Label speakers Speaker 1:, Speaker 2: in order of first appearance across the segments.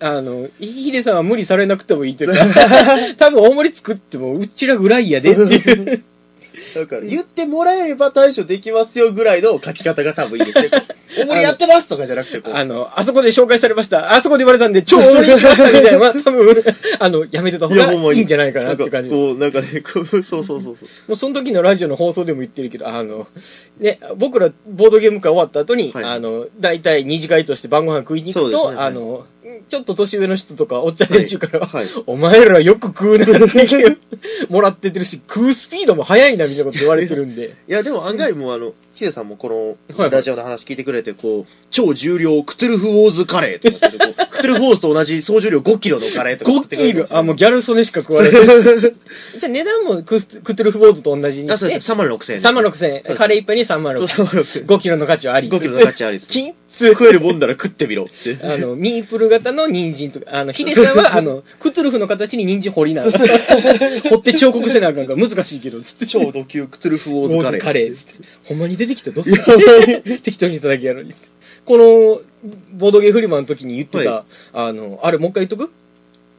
Speaker 1: あの、ヒデさんは無理されなくてもいいと いうか、多分大盛り作っても、うちらぐらいやでっていう。
Speaker 2: だから言ってもらえれば対処できますよぐらいの書き方が多分いいです ね。大盛りやってますとかじゃなくて、こう。
Speaker 1: あの、あそこで紹介されました、あそこで言われたんで、超大盛りにしましたみたいなの は、多分、あの、やめてた方がいいんじゃないかなって感じ。
Speaker 2: そう、なんかね、こうそうそうそうそう。
Speaker 1: もうその時のラジオの放送でも言ってるけど、あの、ね、僕らボードゲーム会終わった後に、
Speaker 2: はい
Speaker 1: あの、大体二次会として晩ご飯食いに行く
Speaker 2: そう
Speaker 1: と、
Speaker 2: ですね
Speaker 1: あの、ちょっと年上の人とかおっちゃん連中から、
Speaker 2: はいはい
Speaker 1: お前らよく食うなって言うもらってってるし、食うスピードも速いなみたいなこと言われてるんで、
Speaker 2: いや、でも案外もうあの、ヒデさんもこ
Speaker 1: は
Speaker 2: の
Speaker 1: い
Speaker 2: ラジオの話聞いてくれて、こう、超重量クトゥルフウォーズカレーとかって こう、クトゥルフウォーズと同じ総重量5キロのカレーとか
Speaker 1: 5キロ、あ、もうギャル曽根しか食われない。
Speaker 2: う。
Speaker 1: じゃあ値段もクスクトゥルフボーズと同じに
Speaker 2: あ、
Speaker 1: し
Speaker 2: そう
Speaker 1: て
Speaker 2: で、す。3万6000円。
Speaker 1: 3万6000円。カレー一杯に3万
Speaker 2: そう
Speaker 1: 6000
Speaker 2: 3万6000
Speaker 1: 円。
Speaker 2: 円。
Speaker 1: 5キロの価値はあり。
Speaker 2: 5キロの価値 ありです。
Speaker 1: キッズ
Speaker 2: 食えるもんなら食ってみろって。
Speaker 1: あ の、ミープル型の人参とか、あの、ヒデさんは、あの、クトゥルフの形に人参掘りな。掘って彫刻せなあかんから難しいけど、つって。
Speaker 2: 超ド級クトゥルフウォ
Speaker 1: ウ
Speaker 2: ー
Speaker 1: ォーズ
Speaker 2: ズカレー。
Speaker 1: カレー、つって。ほんまに出てきたらどうす
Speaker 2: い
Speaker 1: る 適当にいただけやるに。この、ボードゲーフリマの時に言ってた、
Speaker 2: は
Speaker 1: あの、あれもう一回言っとく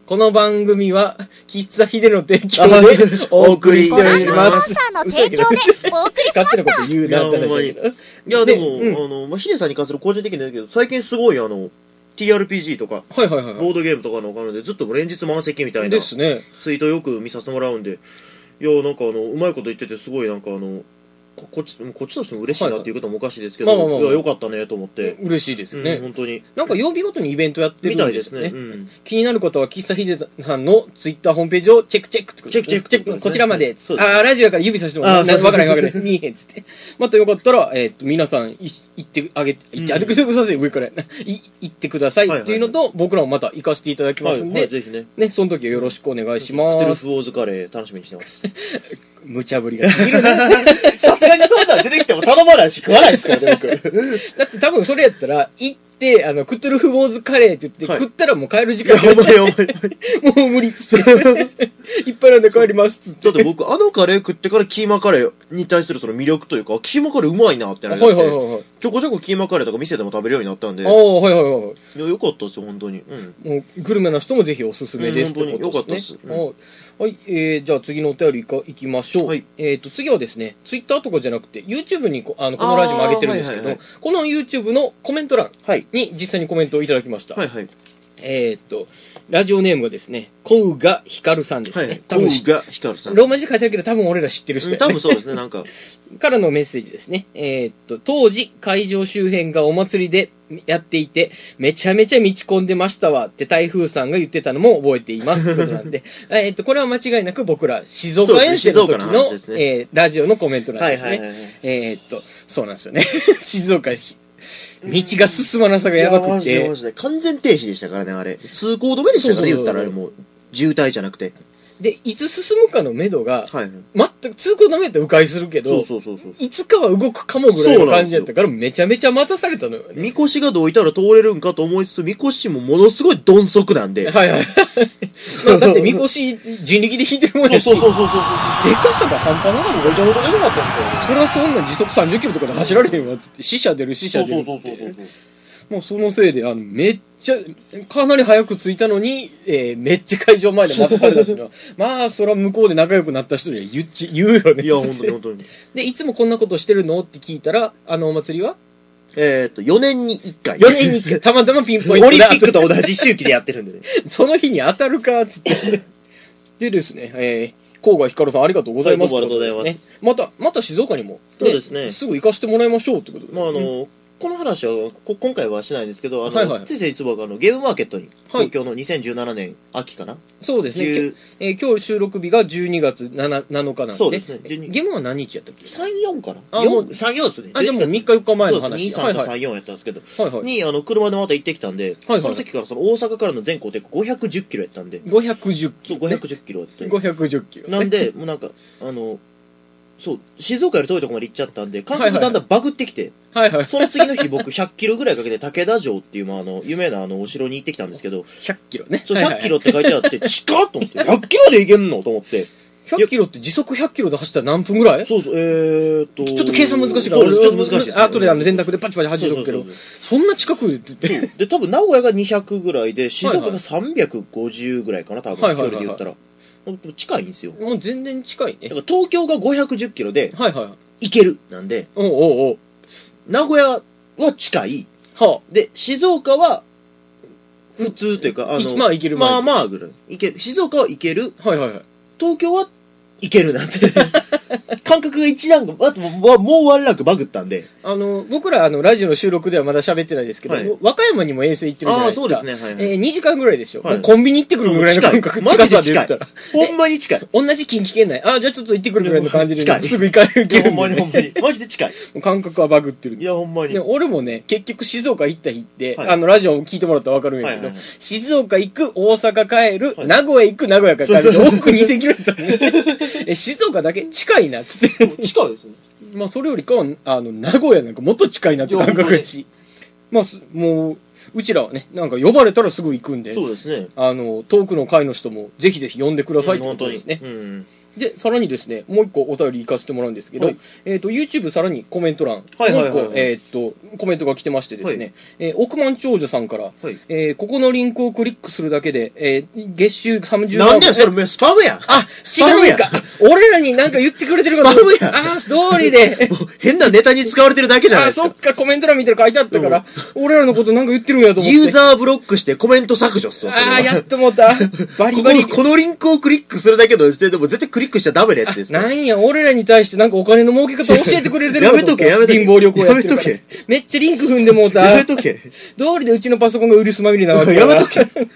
Speaker 1: この番組は、喫茶ヒデの提供
Speaker 2: あ
Speaker 1: でお送りして
Speaker 3: ご
Speaker 1: お
Speaker 3: 覧
Speaker 1: り
Speaker 3: のス
Speaker 1: ま
Speaker 3: ポン
Speaker 1: す。
Speaker 3: サーの提供でお送りしま
Speaker 1: 勝手
Speaker 3: し
Speaker 1: な
Speaker 3: た
Speaker 1: こと言うなって話だけど。
Speaker 2: いや、でも、
Speaker 1: でう
Speaker 2: あの、まあ、ヒデさんに関する個人的にだけど、最近すごいあの、TRPG とか、
Speaker 1: はいはいは
Speaker 2: ボードゲームとかのお金でずっと連日満席みたい
Speaker 1: い。
Speaker 2: な
Speaker 1: ですね。
Speaker 2: ツイートよく見させてもらうんで、いや、なんかあの、うまいこと言ってて、すごいなんかあの、ここっち、こっちとしても嬉しいなっていうこともおかしいですけど、
Speaker 1: はいはいまあまあまあ
Speaker 2: いや、よかったねと思って、
Speaker 1: 嬉しいですよ
Speaker 2: うん
Speaker 1: ね。
Speaker 2: 本当に。
Speaker 1: なんか曜日ごとにイベントやってる
Speaker 2: み
Speaker 1: ん
Speaker 2: たい
Speaker 1: で
Speaker 2: ですす
Speaker 1: よ
Speaker 2: ね。
Speaker 1: ね
Speaker 2: う。ん
Speaker 1: 気になる方は、喫茶ヒデさんのツイッターホームページをチェックチェックってことですね
Speaker 2: チェックチェック
Speaker 1: こちらまで。
Speaker 2: そうですね
Speaker 1: ああ、ラジオやから指さしても
Speaker 2: あ
Speaker 1: わ
Speaker 2: ー
Speaker 1: か
Speaker 2: そうそう
Speaker 1: らないわからない。見えへんっつって。またよかったら、えっ、と、皆さんい行ってあげて、行ってあげてください、上から。い行ってくださいっていうのと、僕らもまた行かせていただきま
Speaker 2: は
Speaker 1: す
Speaker 2: い、
Speaker 1: ん
Speaker 2: はい、
Speaker 1: で、
Speaker 2: ぜひね。
Speaker 1: ね、その時はよろしくお願いし
Speaker 2: クテ
Speaker 1: ま
Speaker 2: ル
Speaker 1: す。
Speaker 2: フウォーズカレー楽しみにしてます。
Speaker 1: 無茶ぶりが過ぎるな。
Speaker 2: さすがにそんなん出てきても頼まないし食わないですからね、僕。
Speaker 1: だって多分それやったら、行って、あの、クトゥルフボーズカレーって言って、
Speaker 2: はい
Speaker 1: 食ったらもう帰る時
Speaker 2: いや、
Speaker 1: 間
Speaker 2: お前お前。
Speaker 1: もう無理っつって。 いっぱいなんで帰りますっつって。
Speaker 2: だって僕、あのカレー食ってからキーマカレーに対するその魅力というか、キーマカレーうまいなってな
Speaker 1: はい
Speaker 2: り
Speaker 1: は
Speaker 2: ま
Speaker 1: い
Speaker 2: して
Speaker 1: はいはい。
Speaker 2: ちょこちょこキーマカレーとか店でも食べるようになったんで、い
Speaker 1: ああ、
Speaker 2: や
Speaker 1: はいはいはい。
Speaker 2: よかったですよ、本当に。うん。
Speaker 1: もうグルメな人もぜひおすすめです
Speaker 2: うん
Speaker 1: ってことですね。
Speaker 2: 本当
Speaker 1: は
Speaker 2: に
Speaker 1: いはい、えー、じゃあ次のお便りいかいきましょう。
Speaker 2: はい
Speaker 1: えっ、と、次はですね、ツイッターとかじゃなくて、YouTube にこあのこのラジオも上げてるんですけど、
Speaker 2: あーはいはい
Speaker 1: この YouTube のコメント欄
Speaker 2: はい。
Speaker 1: に実際にコメントをいただきました。
Speaker 2: はいはい。
Speaker 1: えっ、と、ラジオネームがですね、コウガヒカルさんです
Speaker 2: は
Speaker 1: ね。
Speaker 2: いはい。
Speaker 1: 多分知っ
Speaker 2: コウがヒカルさん。
Speaker 1: ローマ字で書いてあるけど、多分俺ら知ってる人
Speaker 2: う
Speaker 1: や
Speaker 2: ん
Speaker 1: ね
Speaker 2: 多分そうですね、なんか。
Speaker 1: からのメッセージですね。えーっと、当時、会場周辺がお祭りでやっていて、めちゃめちゃ道込んでましたわって台風さんが言ってたのも覚えていますってことなんで、 えーっと、これは間違いなく僕ら、静岡遠征の時
Speaker 2: そうですね静岡の
Speaker 1: の
Speaker 2: 話ですね
Speaker 1: えーラジオのコメントなんですね。
Speaker 2: はい。
Speaker 1: えーっと、そうなんですよね。 静岡、し道が進まなさがやばく
Speaker 2: い
Speaker 1: て
Speaker 2: やマジでマ、ジで完全停止でしたからね、あれ。通行止めでした
Speaker 1: そう
Speaker 2: からね、
Speaker 1: そ
Speaker 2: 言
Speaker 1: うそう
Speaker 2: ったらあれもう。渋滞じゃなくて。
Speaker 1: で、いつ進むかの目処が、
Speaker 2: はい。
Speaker 1: 全く通行止めやったら迂回するけど、
Speaker 2: そうそうそうそう。
Speaker 1: いつかは動くかもぐらいの感じやったから、めちゃめちゃ待たされたのよね。
Speaker 2: みこしがどいたら通れるんかと思いつつ、みこしもものすごい鈍足なんで。
Speaker 1: はいはい。 まあ、だって、みこし、人力で引いてるもんやし、でか
Speaker 2: うそうそう。
Speaker 1: さが半端なかっ
Speaker 2: めちゃめちゃ出なかったんですよ。
Speaker 1: た。それはそんな時速30キロとかで走られへんわ、つって。死者出る、死者出るっつって。もうそのせいで、あの、めっちゃ、かなり早く着いたのに、えー、めっちゃ会場前で待たされたっていうのは、まあ、それは向こうで仲良くなった人には言っち、言うよね。
Speaker 2: いや、本当に本当に。
Speaker 1: で、いつもこんなことしてるのって聞いたら、あのお祭りは
Speaker 2: えーっと、4年に1回。
Speaker 1: ?4 年に一回、たまたまピンポイン
Speaker 2: オ
Speaker 1: ト
Speaker 2: リン
Speaker 1: で
Speaker 2: ピックと同じ周期でやってるんでね。
Speaker 1: その日に当たるか、つって。でですね、えー、甲賀ひかるさんありが とうございます。
Speaker 2: はいどうもありがとうござい
Speaker 1: ます、ね。また、また静岡にも、ね
Speaker 2: そうですね
Speaker 1: すぐ行かしてもらいましょうってことで。
Speaker 2: まあ、あ
Speaker 1: うん
Speaker 2: の、この話はこ今回はしないんですけど、あの、
Speaker 1: はいはい
Speaker 2: つい先日僕あのゲームマーケットに、
Speaker 1: はい
Speaker 2: 東京の2017年秋かな、
Speaker 1: そうですね。
Speaker 2: 10
Speaker 1: えー今日収録日が12月 7, 7日なんで。
Speaker 2: そうですね12
Speaker 1: ゲームは何日やったっけ
Speaker 2: 3、4かな
Speaker 1: あもう
Speaker 2: ?4、3、4ですね。
Speaker 1: あ、でも3日
Speaker 2: 前
Speaker 1: 4日前
Speaker 2: の
Speaker 1: の話。
Speaker 2: 話。そうですね、
Speaker 1: は
Speaker 2: 23
Speaker 1: い
Speaker 2: と
Speaker 1: はい。
Speaker 2: 34やったんですけど、
Speaker 1: はいはい。
Speaker 2: に、あの、車でまた行ってきたんで、
Speaker 1: はいはい
Speaker 2: その時からその大阪からの全行程510キロやったんで、
Speaker 1: 510
Speaker 2: そう、
Speaker 1: キロ、ね。
Speaker 2: 510キロやって。
Speaker 1: 510キロ。
Speaker 2: なんで、もうなんか、あの、そう、静岡より遠いとこまで行っちゃったんで、感覚だんだんバグってきて、
Speaker 1: はいはい。
Speaker 2: その次の日僕100キロぐらいかけて武田城っていう、まあ、あの、有名なあの、お城に行ってきたんですけど、
Speaker 1: 100キロね。
Speaker 2: そう、
Speaker 1: はいはい
Speaker 2: 100キロって書いてあって、近っと思って、100キロで行けんのと思って。
Speaker 1: 100キロって時速100キロで走ったら何分ぐらいちょ
Speaker 2: そうそう、えーっと。
Speaker 1: っと計算難しいか
Speaker 2: そう
Speaker 1: ら、
Speaker 2: ですちょっと難しいです、
Speaker 1: あとであの電卓でパチパチ
Speaker 2: そうそう
Speaker 1: 86キロ
Speaker 2: そう。そ
Speaker 1: そんな近くって言っ
Speaker 2: うで、多分名古屋が200ぐらいで、静
Speaker 1: は
Speaker 2: 岡
Speaker 1: いは
Speaker 2: が
Speaker 1: い
Speaker 2: 350ぐらいかな、多分、
Speaker 1: はいはいはい
Speaker 2: 距離で言ったら。ほんと近いんですよ。
Speaker 1: て、もう全然近いね
Speaker 2: だか。ら東京が510キロで、
Speaker 1: はいはい。
Speaker 2: 行けるなんで、
Speaker 1: おうおう
Speaker 2: 名古屋は近い。
Speaker 1: おう。は
Speaker 2: で、静岡は、普通というか、あ
Speaker 1: い
Speaker 2: の、
Speaker 1: まあいけるまあ
Speaker 2: まあまあぐらい。いける。静岡は行ける。
Speaker 1: あ。はいはいはい。
Speaker 2: 東京は行けるな んて。感覚が一段階、あともうもうワンランクバグったんで。
Speaker 1: あの、僕らあの、ラジオの収録ではまだ喋ってないですけど、
Speaker 2: はい
Speaker 1: 和歌山にも遠征行ってるじゃないですか。
Speaker 2: ね。はい
Speaker 1: えー、2時間ぐらいでしょ、
Speaker 2: はい
Speaker 1: もうコンビニ行ってくるぐらいの感覚、
Speaker 2: 近い
Speaker 1: 近
Speaker 2: マジで
Speaker 1: さで言ったら。
Speaker 2: ほんま に近い。
Speaker 1: 同じ近畿圏内。あー、じゃあちょっと行ってくるぐらいの感じ
Speaker 2: 近
Speaker 1: で、
Speaker 2: い
Speaker 1: すぐ行かれる
Speaker 2: い
Speaker 1: け
Speaker 2: や、
Speaker 1: ど、
Speaker 2: ほ んまにほんまに。マジで近い。
Speaker 1: もう感覚はバグってる
Speaker 2: い。や、ほんまに。
Speaker 1: で
Speaker 2: はい
Speaker 1: 俺もね、結局静岡行った日って、
Speaker 2: はい
Speaker 1: あの、ラジオも聞いてもらったらわかるんや
Speaker 2: は
Speaker 1: け
Speaker 2: い
Speaker 1: ど、
Speaker 2: はい。
Speaker 1: 静岡行く、大阪帰る、
Speaker 2: はい
Speaker 1: 名古屋行く、名古屋から帰るで、
Speaker 2: そうそ
Speaker 1: 往
Speaker 2: う
Speaker 1: 復2000キロやった のねえ、静岡だけ近いな、っつって。
Speaker 2: 近いですね。
Speaker 1: まあ、それよりかは、あの、名古屋なんかもっと近いなって感覚やし。まあ、すもう、うちらはね、なんか呼ばれたらすぐ行くんで、
Speaker 2: そうですね。
Speaker 1: あの、遠くの会の人も、ぜひぜひ呼んでくださいってことですね。
Speaker 2: うん。
Speaker 1: で、さらにですね、もう一個お便り行かせてもらうんですけど、
Speaker 2: はい
Speaker 1: えっ、と、YouTube さらにコメント欄、
Speaker 2: はいはいはいはい
Speaker 1: もう一個、えっ、と、コメントが来てましてですね、えー億万長女さんから、
Speaker 2: はい
Speaker 1: えーここのリンクをクリックするだけで、えー月収30万
Speaker 2: なんでやそれ、めスパムやん。
Speaker 1: あ、
Speaker 2: スパム
Speaker 1: 違う
Speaker 2: や
Speaker 1: んか。俺らになんか言ってくれてるかと思っ
Speaker 2: スパ
Speaker 1: た
Speaker 2: ム
Speaker 1: あー、通りで。
Speaker 2: もう変なネタに使われてるだけじゃな
Speaker 1: あ、
Speaker 2: いです
Speaker 1: そっ
Speaker 2: か。
Speaker 1: か、コメント欄見てる書いてあったから、俺らのことなんか言ってるんやと思って。
Speaker 2: ユーザーブロックしてコメント削除っすわ、それは
Speaker 1: あー、やっともう た。バリ
Speaker 2: こ
Speaker 1: バリ
Speaker 2: こ。このリンクをクリックするだけの時点でもう絶対クリックしちゃダメなやつですね。
Speaker 1: なんや、俺らに対してなんかお金の儲け方教えてくれてる
Speaker 2: や
Speaker 1: の
Speaker 2: めとけやめとけ
Speaker 1: 貧乏旅行やってる
Speaker 2: や
Speaker 1: から
Speaker 2: めと
Speaker 1: めっちゃリンク踏んでもうた。
Speaker 2: やめ
Speaker 1: 通
Speaker 2: とけ。
Speaker 1: りでうちのパソコンがウイルスまみれなわけ
Speaker 2: やめと
Speaker 1: け。
Speaker 2: け。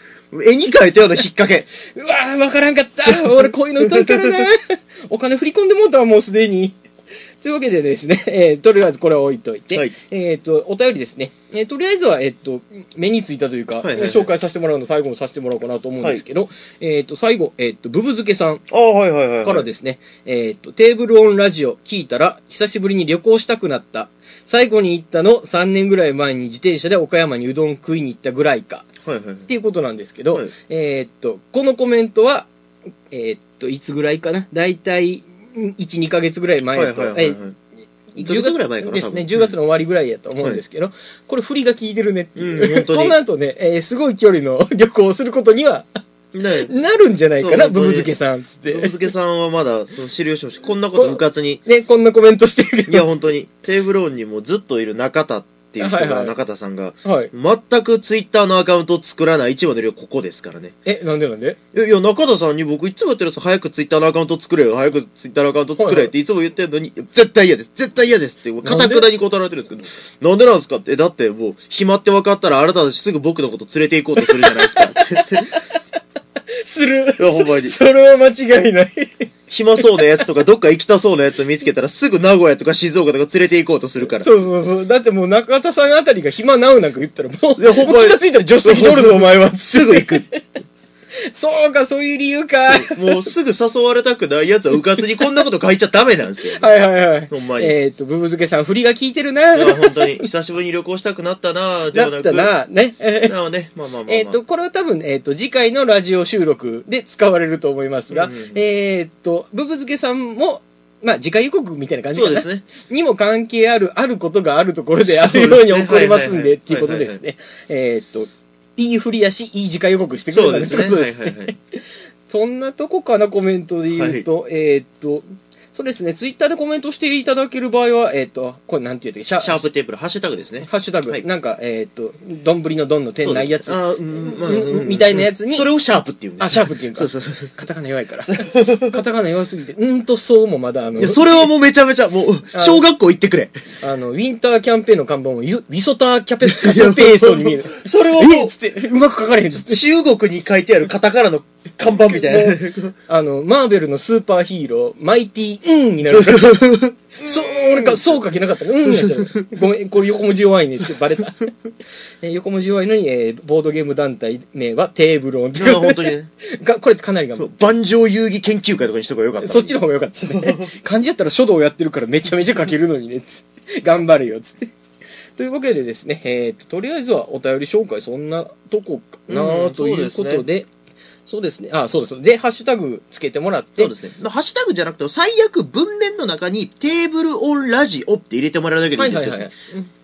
Speaker 2: 絵に描いたような引っ掛け。
Speaker 1: うわー、わからんかった。俺こういうの疎いから な。お金振り込んでもうたわ、もうすでに。というわけでですね、えーとりあえずこれは置いといて、
Speaker 2: はい
Speaker 1: えっ、と、お便りですね。えーとりあえずは、えっ、と、目についたというか、
Speaker 2: はいはいはい
Speaker 1: 紹介させてもらうの最後もさせてもらおうかなと思うんですけど、えっ、と、最後、えっ、と、ブブ漬けさん。
Speaker 2: ああ、はいはいはい。
Speaker 1: からですね、えーっと、テーブルオンラジオ聞いたら、久しぶりに旅行したくなった。最後に行ったの3年ぐらい前に自転車で岡山にうどん食いに行ったぐらいか。
Speaker 2: はいはいはい。
Speaker 1: っていうことなんですけど、
Speaker 2: はい
Speaker 1: えーっと、このコメントは、えーっと、いつぐらいかなだいたい1、2ヶ月ぐらい前と、
Speaker 2: はいはいはい
Speaker 1: え
Speaker 2: はい。
Speaker 1: ー
Speaker 2: 1ヶ月ぐらい前かな
Speaker 1: ですね、
Speaker 2: 多分
Speaker 1: 10月の終わりぐらいやと思うんですけど、これ振りが効いてるねっていう。
Speaker 2: うん本当に
Speaker 1: この後ね、えーすごい距離の旅行をすることには
Speaker 2: ね
Speaker 1: なるんじゃないかな、
Speaker 2: そう本当
Speaker 1: ブ
Speaker 2: に
Speaker 1: ブ漬けさん、つっ
Speaker 2: え、
Speaker 1: て。
Speaker 2: 助さんはまだ、その知る由もしこんなことうかつに。
Speaker 1: ね、こんなコメントしてるけど
Speaker 2: いや、本当に。テーブルオンにもずっといる中田っていう人
Speaker 1: はいは
Speaker 2: が、
Speaker 1: い
Speaker 2: 中田さんが、
Speaker 1: はい。
Speaker 2: 全くツイッターのアカウントを作らない一番の量ここですからね。
Speaker 1: え、なんでなんで
Speaker 2: いやいや、中田さんに僕いつもやってるんですよ早くツイッターのアカウント作れよ、早くツイッターのアカウント作れっていつも言ってるのに、絶対嫌です、絶対嫌ですって、かたくなに断られてるんですけど、なんでなんですかって、えだってもう、暇って分かったらあなたたちすぐ僕のこと連れて行こうとするじゃないですか って。
Speaker 1: する。
Speaker 2: いやほんまに
Speaker 1: そそれは間違いない。
Speaker 2: 暇そうなやつとか、どっか行きたそうなやつ見つけたらすぐ名古屋とか静岡とか連れて行こうとするから。
Speaker 1: そうそうそう。だってもう中田さんあたりが暇なうなんか言ったらもう、
Speaker 2: いやほんまに
Speaker 1: もう気がついたら助手席乗るぞお前は。
Speaker 2: すぐ行く。
Speaker 1: そうか、そういう理由か。はい
Speaker 2: もうすぐ誘われたくないやつはうかつにこんなこと書いちゃダメなんですよ。
Speaker 1: はいはい。
Speaker 2: ほんまに。
Speaker 1: えっ、と、ブブ漬けさん、振りが効いてるない
Speaker 2: や、本当に、久しぶりに旅行したくなったなぁ、で
Speaker 1: だ
Speaker 2: はな
Speaker 1: っ
Speaker 2: く。
Speaker 1: たな、ね。 え
Speaker 2: なので、まあまあまあ、まあ。
Speaker 1: っ、と、これは多分、えっ、と、次回のラジオ収録で使われると思いますが、
Speaker 2: うん
Speaker 1: えっ、と、ブブ漬けさんも、まあ、次回予告みたいな感じ
Speaker 2: そ
Speaker 1: か
Speaker 2: う
Speaker 1: な
Speaker 2: です。ね。
Speaker 1: にも関係ある、あることがあるところであるように起こりますんで、っていうことですね。えーっと、いい振りやし、いい次回予告してく
Speaker 2: そ
Speaker 1: れ
Speaker 2: う
Speaker 1: た
Speaker 2: で
Speaker 1: って
Speaker 2: す
Speaker 1: こ
Speaker 2: ね。
Speaker 1: と
Speaker 2: はい
Speaker 1: で
Speaker 2: はい
Speaker 1: す。
Speaker 2: はい。
Speaker 1: そんなとこかな、コメントで言うと、えーっと、そうですね、ツイッターでコメントしていただける場合は、えーっと、これなんて言うとシャ
Speaker 2: シャープテーブル、ハッシュタグですね。
Speaker 1: ハッシュタグ、
Speaker 2: はい
Speaker 1: なんか、えーっと、どんぶりのどんの点ないやつ。
Speaker 2: そうですあーうんまあ
Speaker 1: うん
Speaker 2: うん
Speaker 1: みたいなやつに
Speaker 2: それをシャープって言うんです。
Speaker 1: あ、シャープっていうか
Speaker 2: そう、そうそう。
Speaker 1: カタカナ弱いから。カタカナ弱すぎて、うんとそうもまだあの
Speaker 2: いや、、それはもうめちゃめちゃ、もう、
Speaker 1: あ
Speaker 2: 小学校行ってくれ。
Speaker 1: あの、ウィンターキャンペーンの看板も、ゆウィソターキャペカツペーソンに見える。
Speaker 2: それは
Speaker 1: え
Speaker 2: も
Speaker 1: っつって、うまく書かれへんっつって
Speaker 2: う、。中国に書いてあるカタカナの看板みたいな。
Speaker 1: あの、マーベルのスーパーヒーロー、マイティー、うんになる から。そう、俺か、そう書けなかったからうんやっちゃ う。ごめん、これ横文字弱いねってバレた。 えー横文字弱いのに、えーボードゲーム団体名はテーブルオンって
Speaker 2: いや本当にね。
Speaker 1: が、これかなりが
Speaker 2: そう万丈遊戯研究会とかにしとけばよかった。
Speaker 1: そっちの方が良かった ね。漢字やったら書道やってるからめちゃめちゃ書けるのにね。つって頑張れよ、つって。というわけでですね、えーと、とりあえずはお便り紹介そんなとこかな、
Speaker 2: うん
Speaker 1: ということ
Speaker 2: そう
Speaker 1: で、そうですね。あ、そうです。で、ハッシュタグつけてもらって、
Speaker 2: そうですね。まあハッシュタグじゃなくても、最悪文面の中にテーブルオンラジオって入れてもらうだけで
Speaker 1: はい
Speaker 2: い
Speaker 1: い
Speaker 2: んです
Speaker 1: はい
Speaker 2: けど、
Speaker 1: はい。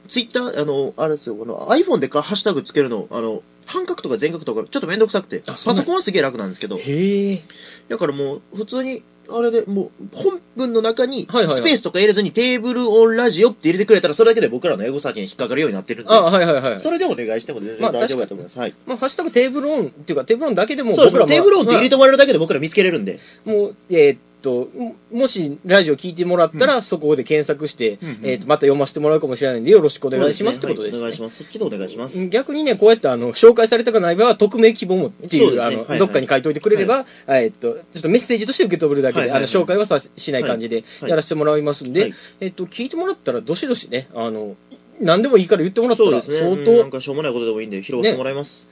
Speaker 2: ツイッター、あの、あれですよ、あの、iPhone でかハッシュタグつけるの、あの、半角とか全角とかちょっとめんどくさくて、
Speaker 1: あ
Speaker 2: パ
Speaker 1: そうなんや
Speaker 2: ソコンはすげえ楽なんですけど、
Speaker 1: へえ。
Speaker 2: だからもう、普通に、あれで、もう、本文の中に、スペ
Speaker 1: はいはいはい
Speaker 2: ースとか入れずに、テーブルオンラジオって入れてくれたら、それだけで僕らのエゴサーチに引っかかるようになってるんで、
Speaker 1: あ、はいはいはい。
Speaker 2: それでお願いしても全
Speaker 1: まあ
Speaker 2: 然大丈夫だと思います。はい。
Speaker 1: まあ、ハッシュタグテーブルオンっていうか、テーブルオンだけでも
Speaker 2: そうです
Speaker 1: 僕ら
Speaker 2: ね。
Speaker 1: も
Speaker 2: テーブルオンって入れてもらえるだけで僕ら見つけれるんで。
Speaker 1: もう、えーっと、ももしラジオ聞いてもらったら、そこで検索して、
Speaker 2: うんうん
Speaker 1: えーっと、また読ませてもらうかもしれないんで、よろしくお願いしますってことです、
Speaker 2: はいお願いします。そっちでお願いします。
Speaker 1: 逆にね、こうやってあの紹介されたくない場合は、匿名希望もってい
Speaker 2: そう
Speaker 1: う、
Speaker 2: ですね
Speaker 1: あ
Speaker 2: はいはい
Speaker 1: のどっかに書いといてくれれば、えーっと、ちょっとメッセージとして受け取るだけで、
Speaker 2: はいはいはい
Speaker 1: あの紹介はさしない感じで
Speaker 2: はい
Speaker 1: やらせてもらいますんで、
Speaker 2: はい
Speaker 1: えーっと、聞いてもらったら、どしどしね、あの、何でもいいから言ってもらった
Speaker 2: そう
Speaker 1: ら、
Speaker 2: ですね。
Speaker 1: 相
Speaker 2: うん
Speaker 1: 当
Speaker 2: なんかしょうもないことでもいいんで、拾ってもらいます。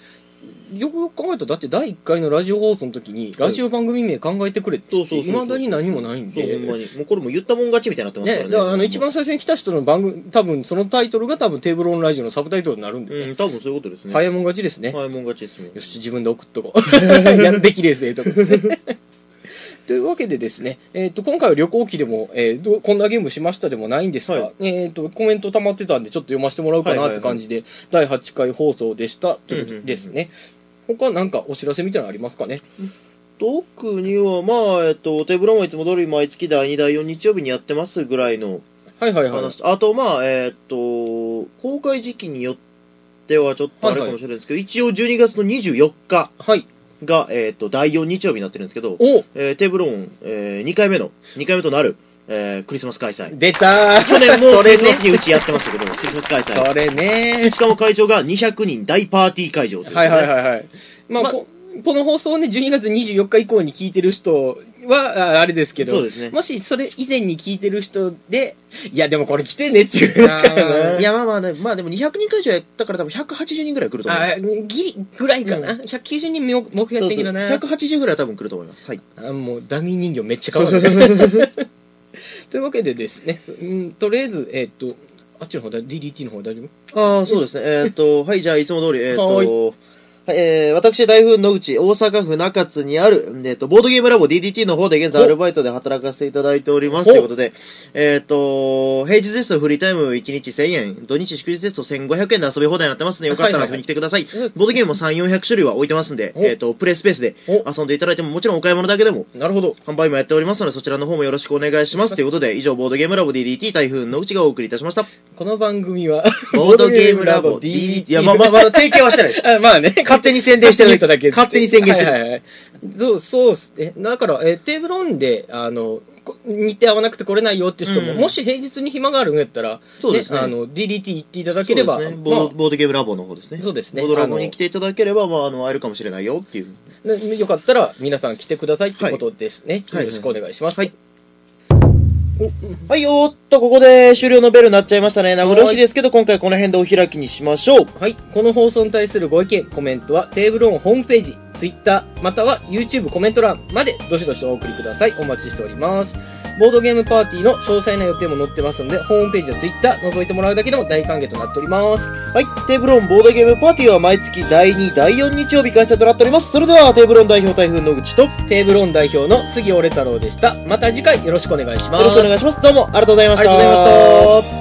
Speaker 1: よくよく考えたら、だって第1回のラジオ放送の時に、
Speaker 2: はい
Speaker 1: ラジオ番組名考えてくれって言
Speaker 2: そう
Speaker 1: っ
Speaker 2: そう
Speaker 1: て、
Speaker 2: そうそう
Speaker 1: いまだに何もないん
Speaker 2: そう、
Speaker 1: で
Speaker 2: ほん。まに。もうこれも言ったもん勝ちみたいになってますから
Speaker 1: ね、
Speaker 2: ね。
Speaker 1: だからあの一番最初に来た人の番組、多分そのタイトルが多分テーブルオンラジオのサブタイトルになるんで、
Speaker 2: うん、多分そういうことですね。
Speaker 1: 早いもん勝ちですね。
Speaker 2: 早いもん勝ちですね。
Speaker 1: よし、自分で送っとこう。 やるべきレースでええとこです ね。というわけでですね、えっと今回は旅行機でも、えーどうこんなゲームしましたでもないんですが、
Speaker 2: は
Speaker 1: えっとコメント溜まってたんで、ちょっと読ませてもらおうかなって感じで、第8回放送でしたということですね。他なんかお知らせみたいなのありますかね
Speaker 2: 特には、まあ、えっと、テーブルもいつも通り毎月第2、第4日曜日にやってますぐらいの
Speaker 1: はいはいはい。
Speaker 2: 話と、あと、まあ、えっと、公開時期によってはちょっとあれかもしれないですけど、一応12月の24日
Speaker 1: はい。
Speaker 2: が、えっと、第4日曜日になってるんですけど、
Speaker 1: お
Speaker 2: えーテーブルオン、え2回目の、2回目となる、えークリスマス 開催。
Speaker 1: 出たー
Speaker 2: 去年も
Speaker 1: そ
Speaker 2: クリ
Speaker 1: れ
Speaker 2: スマ
Speaker 1: ね
Speaker 2: ス。にうちやってましたけど、クリスマス開催。
Speaker 1: それね
Speaker 2: しかも会場が200人大パーティー会場ということ
Speaker 1: は
Speaker 2: で
Speaker 1: いはいはいはい。まあ、
Speaker 2: まあ
Speaker 1: ここの放送をね、12月24日以降に聞いてる人は、ああれですけど、
Speaker 2: そうですね
Speaker 1: もしそれ以前に聞いてる人で、いや、でもこれ来てねっていう。
Speaker 2: あー いや、まあまあね、まあでも200人会場やったから多分180人ぐらい来ると思いま
Speaker 1: あ
Speaker 2: す。
Speaker 1: ーギリぐらいかな。190人目目標的な
Speaker 2: そう
Speaker 1: ね。
Speaker 2: そう180ぐらいは多分来ると思います。はい。
Speaker 1: あもうダミー人形めっちゃ可愛いね。 というわけでですね、うん、とりあえず、えっ、と、あっちの方だ、DDT の方大丈夫
Speaker 2: ああ、そうですね。えっと、はい、じゃあいつも通り、えっ
Speaker 1: は
Speaker 2: と、はい、えー、私、台風野口、大阪府中津にある、えっと、ボードゲームラボ DDT の方で現在
Speaker 1: お
Speaker 2: アルバイトで働かせていただいております。
Speaker 1: お
Speaker 2: ということで、えっと、平日ですとフリータイム1日1000円、土日祝日ですと1500円で遊び放題になってますので、よかったら遊びに来てください。
Speaker 1: はいはい
Speaker 2: ボードゲームも3、400種類は置いてますんで、
Speaker 1: お
Speaker 2: えっと、プレイスペースで
Speaker 1: お
Speaker 2: 遊んでいただいても、もちろんお買い物だけでも、
Speaker 1: なるほど。
Speaker 2: 販売もやっておりますので、そちらの方もよろしくお願いします。ということで、以上、ボードゲームラボ DDT 台風のうちがお送りいたしました。
Speaker 1: この番組は、
Speaker 2: ボードゲームラボ DDT。いや、まあまあ、まだ提携はし てないです。
Speaker 1: あまあね、
Speaker 2: 勝手に宣伝してる
Speaker 1: 言っただけ
Speaker 2: 勝手に宣言して
Speaker 1: はい
Speaker 2: る。
Speaker 1: はいはいそう、そうっすね。だから、えーテーブルオンで、あの、こ日程合わなくて来れないよって人も、
Speaker 2: うん
Speaker 1: もし平日に暇があるんやったら、
Speaker 2: そうですね
Speaker 1: あの、DDT 行っていただければ、
Speaker 2: そうですねボード
Speaker 1: ま
Speaker 2: ボードゲームラボの方ですね。
Speaker 1: そうですね
Speaker 2: ボードラボに来ていただければ、まあ、あの、会えるかもしれないよっていう。
Speaker 1: あねよかったら皆さん来てくださいってことですね。
Speaker 2: はい
Speaker 1: よろしくお願いします。
Speaker 2: はい
Speaker 1: おうん
Speaker 2: はい、おーっと、ここで終了のベルになっちゃいましたね。名残惜しいですけど、今回この辺でお開きにしましょう。
Speaker 1: はい。この放送に対するご意見、コメントは、テーブルオンホームページ、Twitter、または YouTube コメント欄まで、どしどしお送りください。お待ちしております。ボードゲームパーティーの詳細な予定も載ってますので、ホームページや Twitter、覗いてもらうだけでも大歓迎となっております。
Speaker 2: はい、テーブルオンボードゲームパーティーは毎月第2、第4日曜日開催となっております。それでは、テーブルオン代表台風野口と、よ
Speaker 1: テーブルオン代表の杉折太郎でした。また次回よろしくお願いします。
Speaker 2: ろしくお願いします。どうもありがとうございました。
Speaker 1: ありがとうございました。